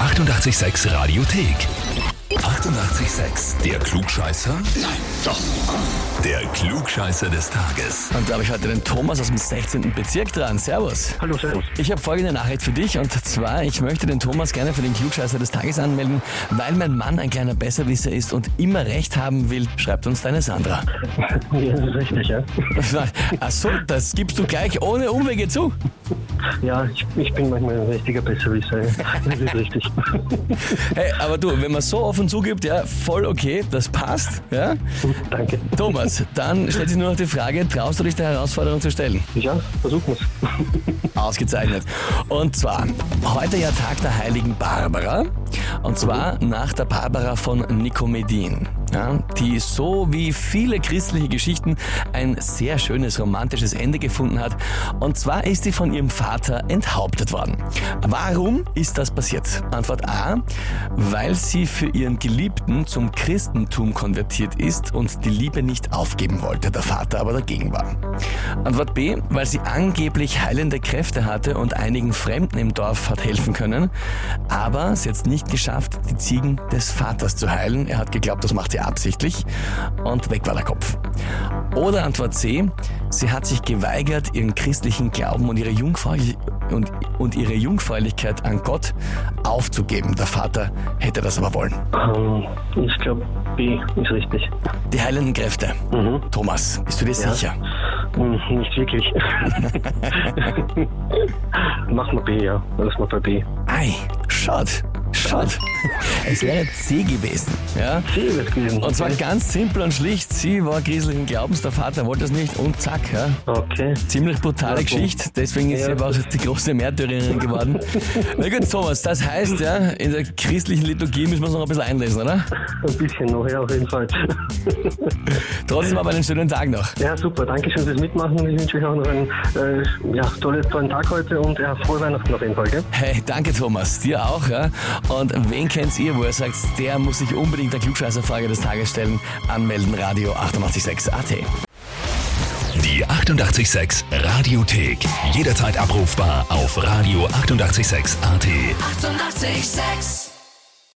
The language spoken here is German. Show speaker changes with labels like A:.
A: 886 Radiothek. 88,6. Der Klugscheißer? Nein, doch. Der Klugscheißer des Tages.
B: Dann glaube ich heute den Thomas aus dem 16. Bezirk dran. Servus.
C: Hallo, servus.
B: Ich habe folgende Nachricht für dich und zwar, ich möchte den Thomas gerne für den Klugscheißer des Tages anmelden, weil mein Mann ein kleiner Besserwisser ist und immer Recht haben will, schreibt uns deine Sandra.
C: Ja, das ist richtig, ja.
B: Ach so, das gibst du gleich ohne Umwege zu.
C: Ja, ich, ich bin manchmal ein richtiger Besserwisser. Ja. Das ist richtig.
B: Hey, aber du, wenn man so offen zugibt, ja, voll okay, das passt. Ja?
C: Danke.
B: Thomas, dann stellt sich nur noch die Frage, traust du dich der Herausforderung zu stellen?
C: Ja, versuchen wir's.
B: Ausgezeichnet. Und zwar, heute ja Tag der heiligen Barbara. Und zwar nach der Barbara von Nikomedin. Ja, die so wie viele christliche Geschichten ein sehr schönes romantisches Ende gefunden hat. Und zwar ist sie von ihrem Vater enthauptet worden. Warum ist das passiert? Antwort A, weil sie für ihren Geliebten zum Christentum konvertiert ist und die Liebe nicht aufgeben wollte, der Vater aber dagegen war. Antwort B, weil sie angeblich heilende Kräfte hatte und einigen Fremden im Dorf hat helfen können, aber es jetzt nicht geschafft, die Ziegen des Vaters zu heilen. Er hat geglaubt, das macht sie absichtlich und weg war der Kopf. Oder Antwort C, sie hat sich geweigert, ihren christlichen Glauben und ihre, Jungfräulich und, und ihre Jungfräulichkeit an Gott aufzugeben. Der Vater hätte das aber wollen.
C: Ähm, ich glaube, B ist richtig.
B: Die heilenden Kräfte.
C: Mhm.
B: Thomas, bist du dir
C: Ja.
B: sicher?
C: Hm, Nicht wirklich. Machen wir B, ja. Lass mal bei B.
B: Ei, schaut, schaut. Es wäre C gewesen. Ja?
C: C wird gewesen.
B: Und zwar ganz simpel und schlicht, sie war christlichen Glaubens, der Vater wollte es nicht und zack, ja,
C: Okay.
B: Ziemlich brutale
C: Ja,
B: Geschichte, deswegen ist
C: Ja.
B: sie aber auch die große Märtyrerin geworden. Na gut, Thomas, das heißt ja, in der christlichen Liturgie müssen wir uns noch ein bisschen einlesen, oder?
C: Ein bisschen noch, ja, auf jeden Fall.
B: Trotzdem aber einen schönen Tag noch.
C: Ja, super. Danke schön fürs Mitmachen. Ich wünsche euch auch noch einen äh, ja, tollen, tollen Tag heute und ja, frohe Weihnachten auf jeden Fall, gell?
B: Hey, danke Thomas, dir auch, ja? Und wen kennt ihr, wo ihr sagt, der muss sich unbedingt der Klugscheißerfrage des Tages stellen? Anmelden, Radio 886 AT.
A: Die 88,6 Radiothek. Jederzeit abrufbar auf radio886.at. 88,6.
D: Eighty-eight, sex.